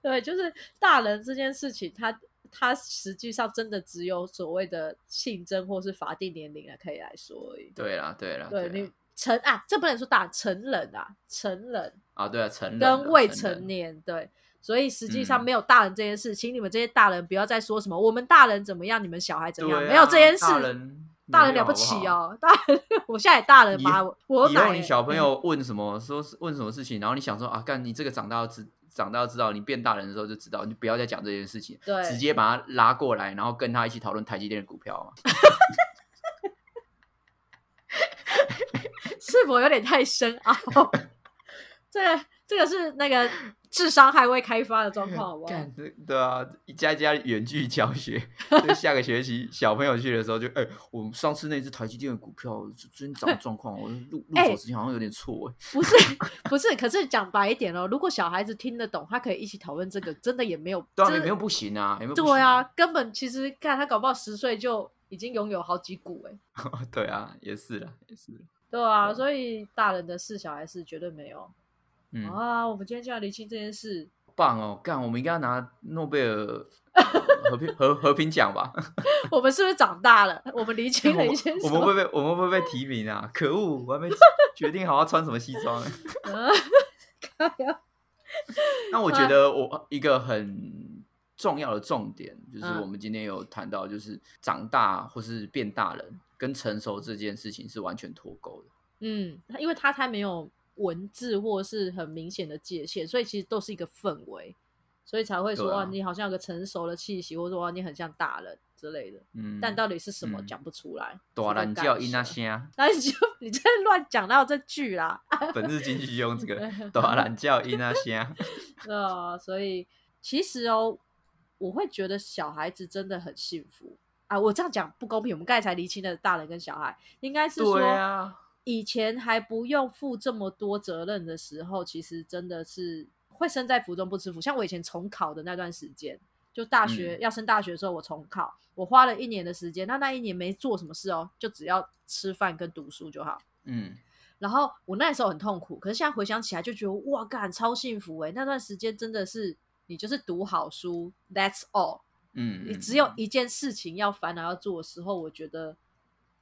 [SPEAKER 1] 对，就是大人这件事情，他他实际上真的只有所谓的性征或是法定年龄啊，可以来说而已。
[SPEAKER 2] 对啦，对啦，
[SPEAKER 1] 对
[SPEAKER 2] 啦
[SPEAKER 1] 你成啊，这不能说大成人啊，成人
[SPEAKER 2] 啊，对啊，成人啊
[SPEAKER 1] 跟未
[SPEAKER 2] 人
[SPEAKER 1] 成啊年对。所以实际上
[SPEAKER 2] 嗯
[SPEAKER 1] 没有大人这件事，请你们这些大人不要再说什么我们大人怎么样，你们小孩怎
[SPEAKER 2] 对
[SPEAKER 1] 样，
[SPEAKER 2] 啊
[SPEAKER 1] 没有这件事
[SPEAKER 2] 大。人
[SPEAKER 1] 大人了不起哦，大人， 我现在也大人
[SPEAKER 2] 以
[SPEAKER 1] 把我我有
[SPEAKER 2] 以
[SPEAKER 1] 奶
[SPEAKER 2] 后
[SPEAKER 1] 欸、
[SPEAKER 2] 你小朋友问什么，说是问什么事情，然后你想说啊，干你这个长大要知，长大要知道，你变大人的时候就知道，你不要再讲这件事情，
[SPEAKER 1] 对
[SPEAKER 2] 直接把他拉过来，然后跟他一起讨论台积电的股票嘛。
[SPEAKER 1] 是否有点太深奥？ 这个这个是那个智商还未开发的状 况，好不好？
[SPEAKER 2] 干对对啊，一家一家远距教学，所以下个学期小朋友去的时候就，哎、我们上次那只台积电的股票最最近涨的状况，我入入
[SPEAKER 1] 哎
[SPEAKER 2] 手时间好像有点错、哎
[SPEAKER 1] 不是不是，可是讲白一点哦，如果小孩子听得懂，他可以一起讨论这个，真的也没有，
[SPEAKER 2] 对啊，
[SPEAKER 1] 真
[SPEAKER 2] 有
[SPEAKER 1] 的
[SPEAKER 2] 没有不行啊？有没有不行
[SPEAKER 1] 对啊，，根本其实看他搞不好十岁就已经拥有好几股哎、
[SPEAKER 2] 对啊， 也是啦，也是啦，
[SPEAKER 1] 对啊，
[SPEAKER 2] 对
[SPEAKER 1] 所以大人的事，小孩事绝对没有、
[SPEAKER 2] 嗯，
[SPEAKER 1] 啊。我们今天就要厘清这件事，
[SPEAKER 2] 棒哦！干，我们应该要拿诺贝尔呃和平和和平奖吧？
[SPEAKER 1] 我们是不是长大了？我们厘
[SPEAKER 2] 我
[SPEAKER 1] 清了
[SPEAKER 2] 们
[SPEAKER 1] 一些
[SPEAKER 2] 我
[SPEAKER 1] 什
[SPEAKER 2] 们
[SPEAKER 1] 么？
[SPEAKER 2] 会被我们会被提名啊！ 可恶，我还没决定好要穿什么西装呢。
[SPEAKER 1] 嗯 靠腰啊
[SPEAKER 2] 那我觉得我一个很重要的重点，就是
[SPEAKER 1] 嗯
[SPEAKER 2] 我们今天有谈到，就是长大或是变大人跟成熟这件事情是完全脱钩的。
[SPEAKER 1] 嗯，因为他才没有文字或是很明显的界限，所以其实都是一个氛围，所以才会说
[SPEAKER 2] 对啊
[SPEAKER 1] 哇，你好像有个成熟的气息，或者说哇，哦你很像大人之类的。
[SPEAKER 2] 嗯，
[SPEAKER 1] 但到底是什么
[SPEAKER 2] 嗯
[SPEAKER 1] 讲不出来？
[SPEAKER 2] 大
[SPEAKER 1] 然
[SPEAKER 2] 人叫伊那，声，
[SPEAKER 1] 那你就 你在乱讲到这句啦，
[SPEAKER 2] 本日金句用这 个大人叫伊那声。
[SPEAKER 1] 呃，所以其实哦，我会觉得小孩子真的很幸福啊。我这样讲不公平，我们刚才才厘清了大人跟小孩，应该是说，
[SPEAKER 2] 对啊
[SPEAKER 1] 以前还不用负这么多责任的时候，其实真的是会身在福中不知福。像我以前重考的那段时间，就大
[SPEAKER 2] 嗯
[SPEAKER 1] 学、要升大学的时候，我重考，我花了一年的时间，那那一年没做什么事哦，就只要吃饭跟读书就好。
[SPEAKER 2] 嗯，
[SPEAKER 1] 然后我那时候很痛苦，可是现在回想起来就觉得哇，干超幸福哎、那段时间真的是你就是读好书，That's all，、
[SPEAKER 2] 嗯
[SPEAKER 1] 你
[SPEAKER 2] 嗯，
[SPEAKER 1] 只有一件事情要烦恼要做的时候，我觉得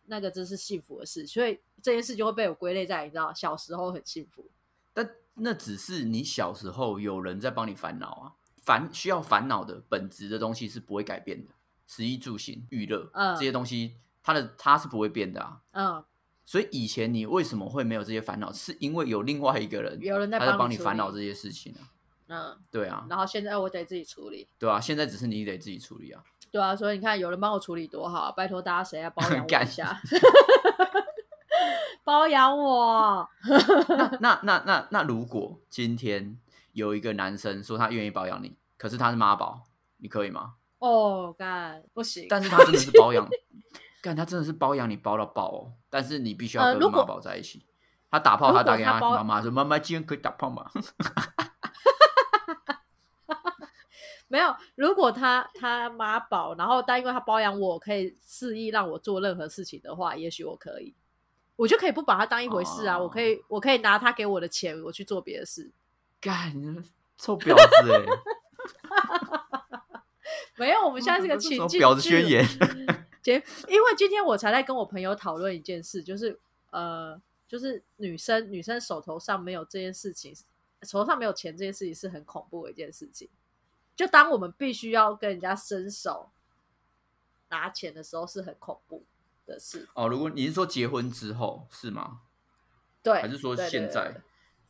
[SPEAKER 1] 那个真是幸福的事，所以这件事就会被我归类在你知道小时候很幸福，
[SPEAKER 2] 但那只是你小时候有人在帮你烦恼啊，烦需要烦恼的本质的东西是不会改变的，食衣住行、娱乐、
[SPEAKER 1] 嗯
[SPEAKER 2] 这些东西，它的它是不会变的啊。
[SPEAKER 1] 嗯，
[SPEAKER 2] 所以以前你为什么会没有这些烦恼，是因为有另外一个人，
[SPEAKER 1] 有人在
[SPEAKER 2] 他在
[SPEAKER 1] 帮
[SPEAKER 2] 帮
[SPEAKER 1] 你
[SPEAKER 2] 你
[SPEAKER 1] 处
[SPEAKER 2] 烦恼
[SPEAKER 1] 理
[SPEAKER 2] 这些事情啊。
[SPEAKER 1] 嗯，
[SPEAKER 2] 对啊，
[SPEAKER 1] 然后现在我得自己处理，
[SPEAKER 2] 对啊，现在只是你得自己处理啊。
[SPEAKER 1] 对啊，所以你看有人帮我处理多好啊，拜托大家谁来包养我一
[SPEAKER 2] 干
[SPEAKER 1] 下， 包养我，
[SPEAKER 2] 那那那那，如果今天有一个男生说他愿意包养你，可是他是妈宝，你可以吗？
[SPEAKER 1] 哦，干不行，
[SPEAKER 2] 但是他真的是 包养， 干他真的是包养你包到爆哦。但是你必须要
[SPEAKER 1] 呃
[SPEAKER 2] 跟
[SPEAKER 1] 如果
[SPEAKER 2] 妈宝在一起。他打炮，
[SPEAKER 1] 如果
[SPEAKER 2] 他打给
[SPEAKER 1] 他
[SPEAKER 2] 他
[SPEAKER 1] 包
[SPEAKER 2] 妈妈说：“妈妈今天可以打炮吗
[SPEAKER 1] 没有，如果他他妈宝，然后但因为他包养我，可以肆意让我做任何事情的话，也许我可以，我就可以不把他当一回事啊，
[SPEAKER 2] 哦
[SPEAKER 1] 我可以我可以拿他给我的钱，我去做别的事。？”
[SPEAKER 2] 干，你这臭婊子 哎、
[SPEAKER 1] 没有，我们现在是个
[SPEAKER 2] 这嗯什
[SPEAKER 1] 情
[SPEAKER 2] 么
[SPEAKER 1] 境
[SPEAKER 2] 婊子
[SPEAKER 1] 剧
[SPEAKER 2] 宣言。
[SPEAKER 1] 今因为今天我才在跟我朋友讨论一件事，就是呃，就是女生女生手头上没有这件事情，手头上没有钱这件事情是很恐怖的一件事情。就当我们必须要跟人家伸手拿钱的时候，是很恐怖的事。
[SPEAKER 2] 哦，如果你是说结婚之后是吗？
[SPEAKER 1] 对，
[SPEAKER 2] 还是说
[SPEAKER 1] 对对
[SPEAKER 2] 现
[SPEAKER 1] 对
[SPEAKER 2] 在
[SPEAKER 1] 对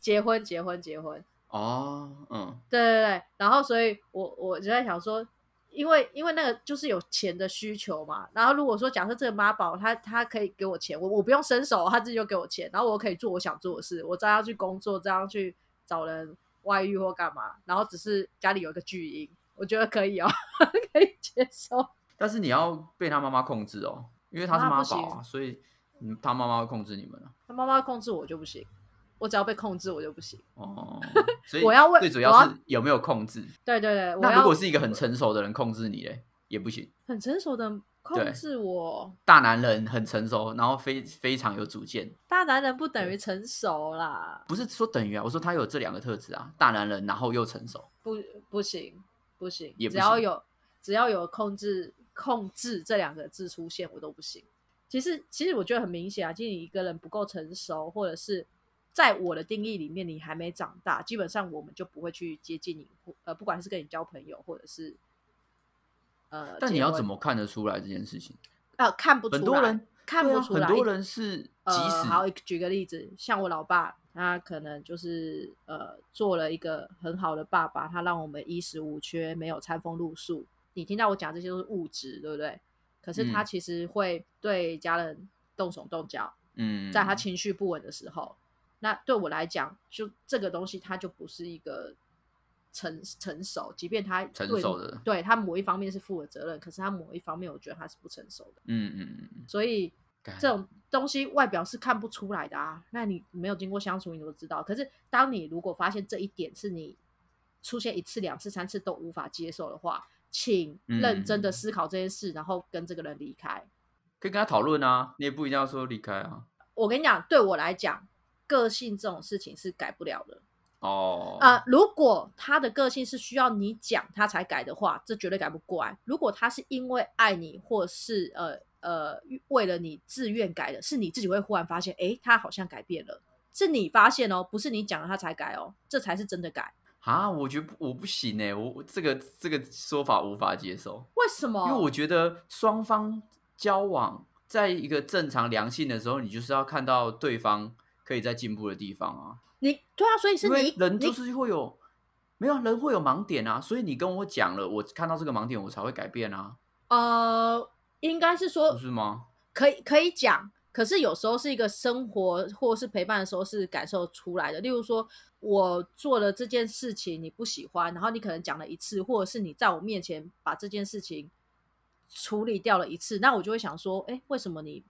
[SPEAKER 1] 结婚结婚结婚，
[SPEAKER 2] 哦，嗯，
[SPEAKER 1] 对对对，然后所以我我就在想说，因为因为那个就是有钱的需求嘛，然后如果说假设这个妈宝他他可以给我钱，我我不用伸手，他自己就给我钱，然后我可以做我想做的事，我照样去工作，照样去找人外遇或干嘛，然后只是家里有一个巨婴，我觉得可以哦， 可以接受。
[SPEAKER 2] 但是你要被他妈妈控制哦，因为他是
[SPEAKER 1] 妈
[SPEAKER 2] 妈
[SPEAKER 1] 不
[SPEAKER 2] 宝啊，所以嗯他妈妈会控制你们啊。
[SPEAKER 1] 他妈妈控制我就不行，我只要被控制我就不行。
[SPEAKER 2] 哦，所以
[SPEAKER 1] 我要问
[SPEAKER 2] 最主
[SPEAKER 1] 我
[SPEAKER 2] 要
[SPEAKER 1] 要
[SPEAKER 2] 是有没有控制。
[SPEAKER 1] 对对对，我
[SPEAKER 2] 那如
[SPEAKER 1] 要
[SPEAKER 2] 果是一个很成熟的人控制你嘞，也不行。
[SPEAKER 1] 很成熟的控
[SPEAKER 2] 对
[SPEAKER 1] 制我，
[SPEAKER 2] 大男人很成熟，然后非非常有主见，
[SPEAKER 1] 大男人不等于成熟啦。
[SPEAKER 2] 不是说等于啊，我说他有这两个特质啊，大男人然后又成熟。
[SPEAKER 1] 不不行不行，
[SPEAKER 2] 也不
[SPEAKER 1] 只要
[SPEAKER 2] 行
[SPEAKER 1] 有只要有控制控制这两个字出现，我都不行。其实其实我觉得很明显啊，其实你一个人不够成熟，或者是在我的定义里面你还没长大，基本上我们就不会去接近你，或呃，不管是跟你交朋友，或者是呃，
[SPEAKER 2] 但
[SPEAKER 1] 结
[SPEAKER 2] 你要
[SPEAKER 1] 呃婚
[SPEAKER 2] 怎么看得出来这件事情？
[SPEAKER 1] 呃看不出来？
[SPEAKER 2] 很多人
[SPEAKER 1] 看
[SPEAKER 2] 对
[SPEAKER 1] 不
[SPEAKER 2] 啊，
[SPEAKER 1] 出来。
[SPEAKER 2] 很多人是即
[SPEAKER 1] 呃，
[SPEAKER 2] 使、
[SPEAKER 1] 好，举个例子，像我老爸，他可能就是呃做了一个很好的爸爸，他让我们衣食无缺，没有餐风露宿。你听到我讲这些都是物质，对不对？可是他
[SPEAKER 2] 嗯
[SPEAKER 1] 其实会对家人动手动脚，
[SPEAKER 2] 嗯，
[SPEAKER 1] 在他情绪不稳的时候，那对我来讲，就这个东西它就不是一个成成熟，即便他
[SPEAKER 2] 成
[SPEAKER 1] 对
[SPEAKER 2] 熟的
[SPEAKER 1] 对他某一方面是负了责任，可是他某一方面我觉得他是不成熟的，
[SPEAKER 2] 嗯嗯嗯，
[SPEAKER 1] 所以
[SPEAKER 2] 干
[SPEAKER 1] 这种东西外表是看不出来的啊。那你没有经过相处，你怎么知道？可是当你如果发现这一点是你出现一次、两次、三次都无法接受的话，请认真的
[SPEAKER 2] 嗯
[SPEAKER 1] 思考这件事，然后跟这个人离开。
[SPEAKER 2] 可以跟他讨论啊，你也不一定要说离开啊。
[SPEAKER 1] 我跟你讲，对我来讲，个性这种事情是改不了的。
[SPEAKER 2] 哦，
[SPEAKER 1] 呃，如果他的个性是需要你讲他才改的话，这绝对改不过来。如果他是因为爱你，或是呃呃为了你自愿改的，是你自己会忽然发现，诶，他好像改变了，是你发现哦，不是你讲了他才改哦，这才是真的改。
[SPEAKER 2] 啊，我觉得不我不行哎、我我这个这个说法无法接受，
[SPEAKER 1] 为什么？
[SPEAKER 2] 因为我觉得双方交往在一个正常良性的时候，你就是要看到对方可以在进步的地方啊。
[SPEAKER 1] 你对啊，所以是
[SPEAKER 2] 因为
[SPEAKER 1] 你
[SPEAKER 2] 人就
[SPEAKER 1] 你
[SPEAKER 2] 是会有没有人会有盲点啊，所以你跟我讲了，我看到这个盲点，我才会改变啊，
[SPEAKER 1] 呃，应该是说
[SPEAKER 2] 不是吗？
[SPEAKER 1] 可以可以讲，可是有时候是一个生活或是陪伴的时候是感受出来的。例如说，我做了这件事情你不喜欢，然后你可能讲了一次，或者是你在我面前把这件事情处理掉了一次，那我就会想说，哎，为什么你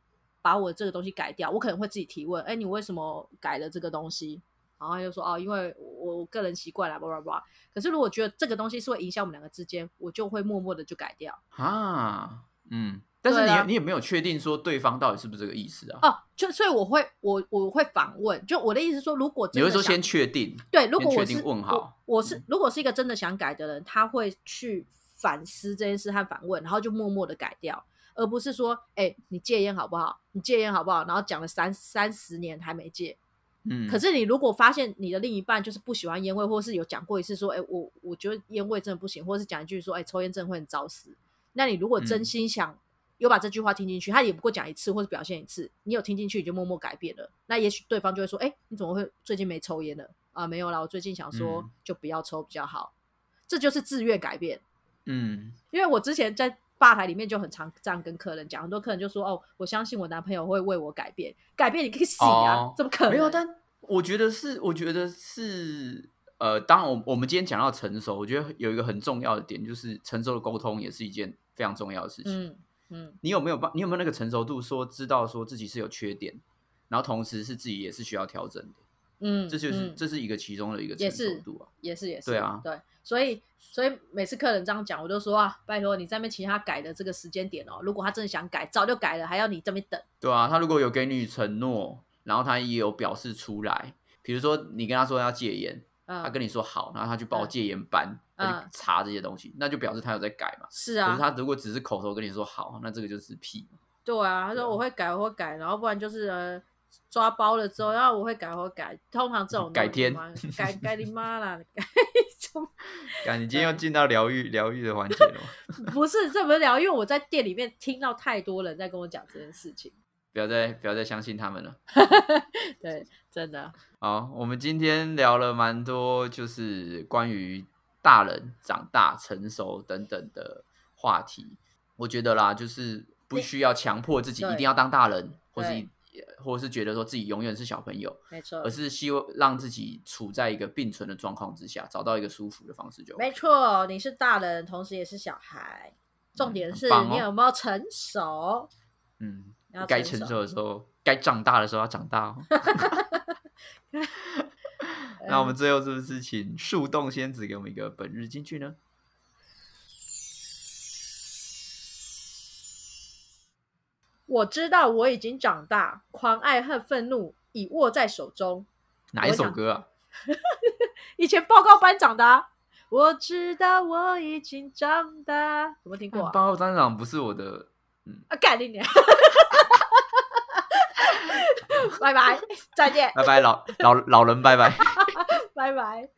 [SPEAKER 1] 把我这个东西改掉？我可能会自己提问，哎，你为什么改了这个东西？然后他就说哦，因为我我个人习惯啦，叭叭叭。可是如果觉得这个东西是会影响我们两个之间，我就会默默的就改掉。
[SPEAKER 2] 啊，嗯，但是
[SPEAKER 1] 对
[SPEAKER 2] 你、
[SPEAKER 1] 啊
[SPEAKER 2] 你也没有确定说对方到底是不是这个意思啊？
[SPEAKER 1] 哦，就所以我会我我会反问，就我的意思是说，如果真
[SPEAKER 2] 你
[SPEAKER 1] 的
[SPEAKER 2] 会说
[SPEAKER 1] 想
[SPEAKER 2] 先确定，
[SPEAKER 1] 对，如
[SPEAKER 2] 先
[SPEAKER 1] 果我
[SPEAKER 2] 确
[SPEAKER 1] 是
[SPEAKER 2] 定问号嗯
[SPEAKER 1] 我，我是如果是一个真的想改的人，他会去反思这件事和反问，然后就默默的改掉，而不是说，哎、你戒烟好不好？你戒烟好不好？然后讲了三三十年还没戒，
[SPEAKER 2] 嗯，
[SPEAKER 1] 可是你如果发现你的另一半就是不喜欢烟味，或是有讲过一次说，哎、我我觉得烟味真的不行，或是讲一句说，哎、抽烟真的会很早死。那你如果真
[SPEAKER 2] 嗯
[SPEAKER 1] 心想、有把这句话听进去，他也不过讲一次或是表现一次，你有听进去，你就默默改变了。那也许对方就会说，哎、你怎么会最近没抽烟了？啊，没有啦，我最近想说
[SPEAKER 2] 嗯
[SPEAKER 1] 就不要抽比较好。这就是自愿改变。
[SPEAKER 2] 嗯，
[SPEAKER 1] 因为我之前在吧台里面就很常这样跟客人讲，很多客人就说：“哦，我相信我男朋友会为我改变，改变你可以死啊，
[SPEAKER 2] 哦
[SPEAKER 1] 怎么可能？”
[SPEAKER 2] 没有，但我觉得是，我觉得是，呃，当然，我我们今天讲到成熟，我觉得有一个很重要的点，就是成熟的沟通也是一件非常重要的事情。
[SPEAKER 1] 嗯嗯
[SPEAKER 2] 你有没有办？你有没有那个成熟度，说知道说自己是有缺点，然后同时是自己也是需要调整的，
[SPEAKER 1] 嗯，
[SPEAKER 2] 这就是、
[SPEAKER 1] 嗯
[SPEAKER 2] 这是一个其中的一个
[SPEAKER 1] 也
[SPEAKER 2] 成
[SPEAKER 1] 是
[SPEAKER 2] 熟度啊。
[SPEAKER 1] 也是也是，
[SPEAKER 2] 对啊
[SPEAKER 1] 对，所以所以每次客人这样讲，我就说啊，拜托你在那边请他改的这个时间点哦，如果他真的想改，早就改了，还要你这边等。
[SPEAKER 2] 对啊，他如果有给你承诺，然后他也有表示出来，比如说你跟他说要戒烟，他
[SPEAKER 1] 嗯，
[SPEAKER 2] 跟你说好，然后他去报
[SPEAKER 1] 嗯
[SPEAKER 2] 戒烟班，他
[SPEAKER 1] 嗯
[SPEAKER 2] 去查这些东西，那就表示他有在改嘛。
[SPEAKER 1] 是
[SPEAKER 2] 可是
[SPEAKER 1] 啊，
[SPEAKER 2] 他如果只是口头跟你说好，那这个就是屁嘛。
[SPEAKER 1] 对啊，他
[SPEAKER 2] 对
[SPEAKER 1] 说
[SPEAKER 2] 啊
[SPEAKER 1] 我会改，我会改，然后不然就是呃抓包了之后，然后我会改，我会改，通常这种
[SPEAKER 2] 改天
[SPEAKER 1] 都是妈改改你妈啦，改 什么
[SPEAKER 2] 感你今
[SPEAKER 1] 嗯
[SPEAKER 2] 天又进到疗愈疗愈的环节了吗，
[SPEAKER 1] 不是这么聊，因为我在店里面听到太多人在跟我讲这件事情，
[SPEAKER 2] 不要再不要再相信他们了。
[SPEAKER 1] 对，真的，
[SPEAKER 2] 好，我们今天聊了蛮多，就是关于大人长大、成熟等等的话题。我觉得啦，就是不需要强迫自己
[SPEAKER 1] 对
[SPEAKER 2] 一定要当大人，或是
[SPEAKER 1] 对
[SPEAKER 2] 或是觉得说自己永远是小朋友，
[SPEAKER 1] 没错
[SPEAKER 2] 而，是希望让自己处在一个并存的状况之下，找到一个舒服的方式就好。
[SPEAKER 1] 没错，你是大人，同时也是小孩，重点是
[SPEAKER 2] 很棒哦
[SPEAKER 1] 你有没有成熟。
[SPEAKER 2] 嗯，
[SPEAKER 1] 要
[SPEAKER 2] 该
[SPEAKER 1] 成熟
[SPEAKER 2] 成熟的时候，该长大的时候要长大、哦。 那
[SPEAKER 1] 嗯
[SPEAKER 2] 我们最后是不是请树洞仙子给我们一个本日金句呢？
[SPEAKER 1] 我知道我已经长大，狂爱和愤怒已握在手中。
[SPEAKER 2] 哪一首歌啊？
[SPEAKER 1] 以前报告班长的啊、我知道我已经长大，有没有听过
[SPEAKER 2] 报
[SPEAKER 1] 啊？
[SPEAKER 2] 告班长不是我的，
[SPEAKER 1] 啊，干你娘！ 拜拜，再见，
[SPEAKER 2] 拜拜老老老人拜拜。
[SPEAKER 1] 拜拜。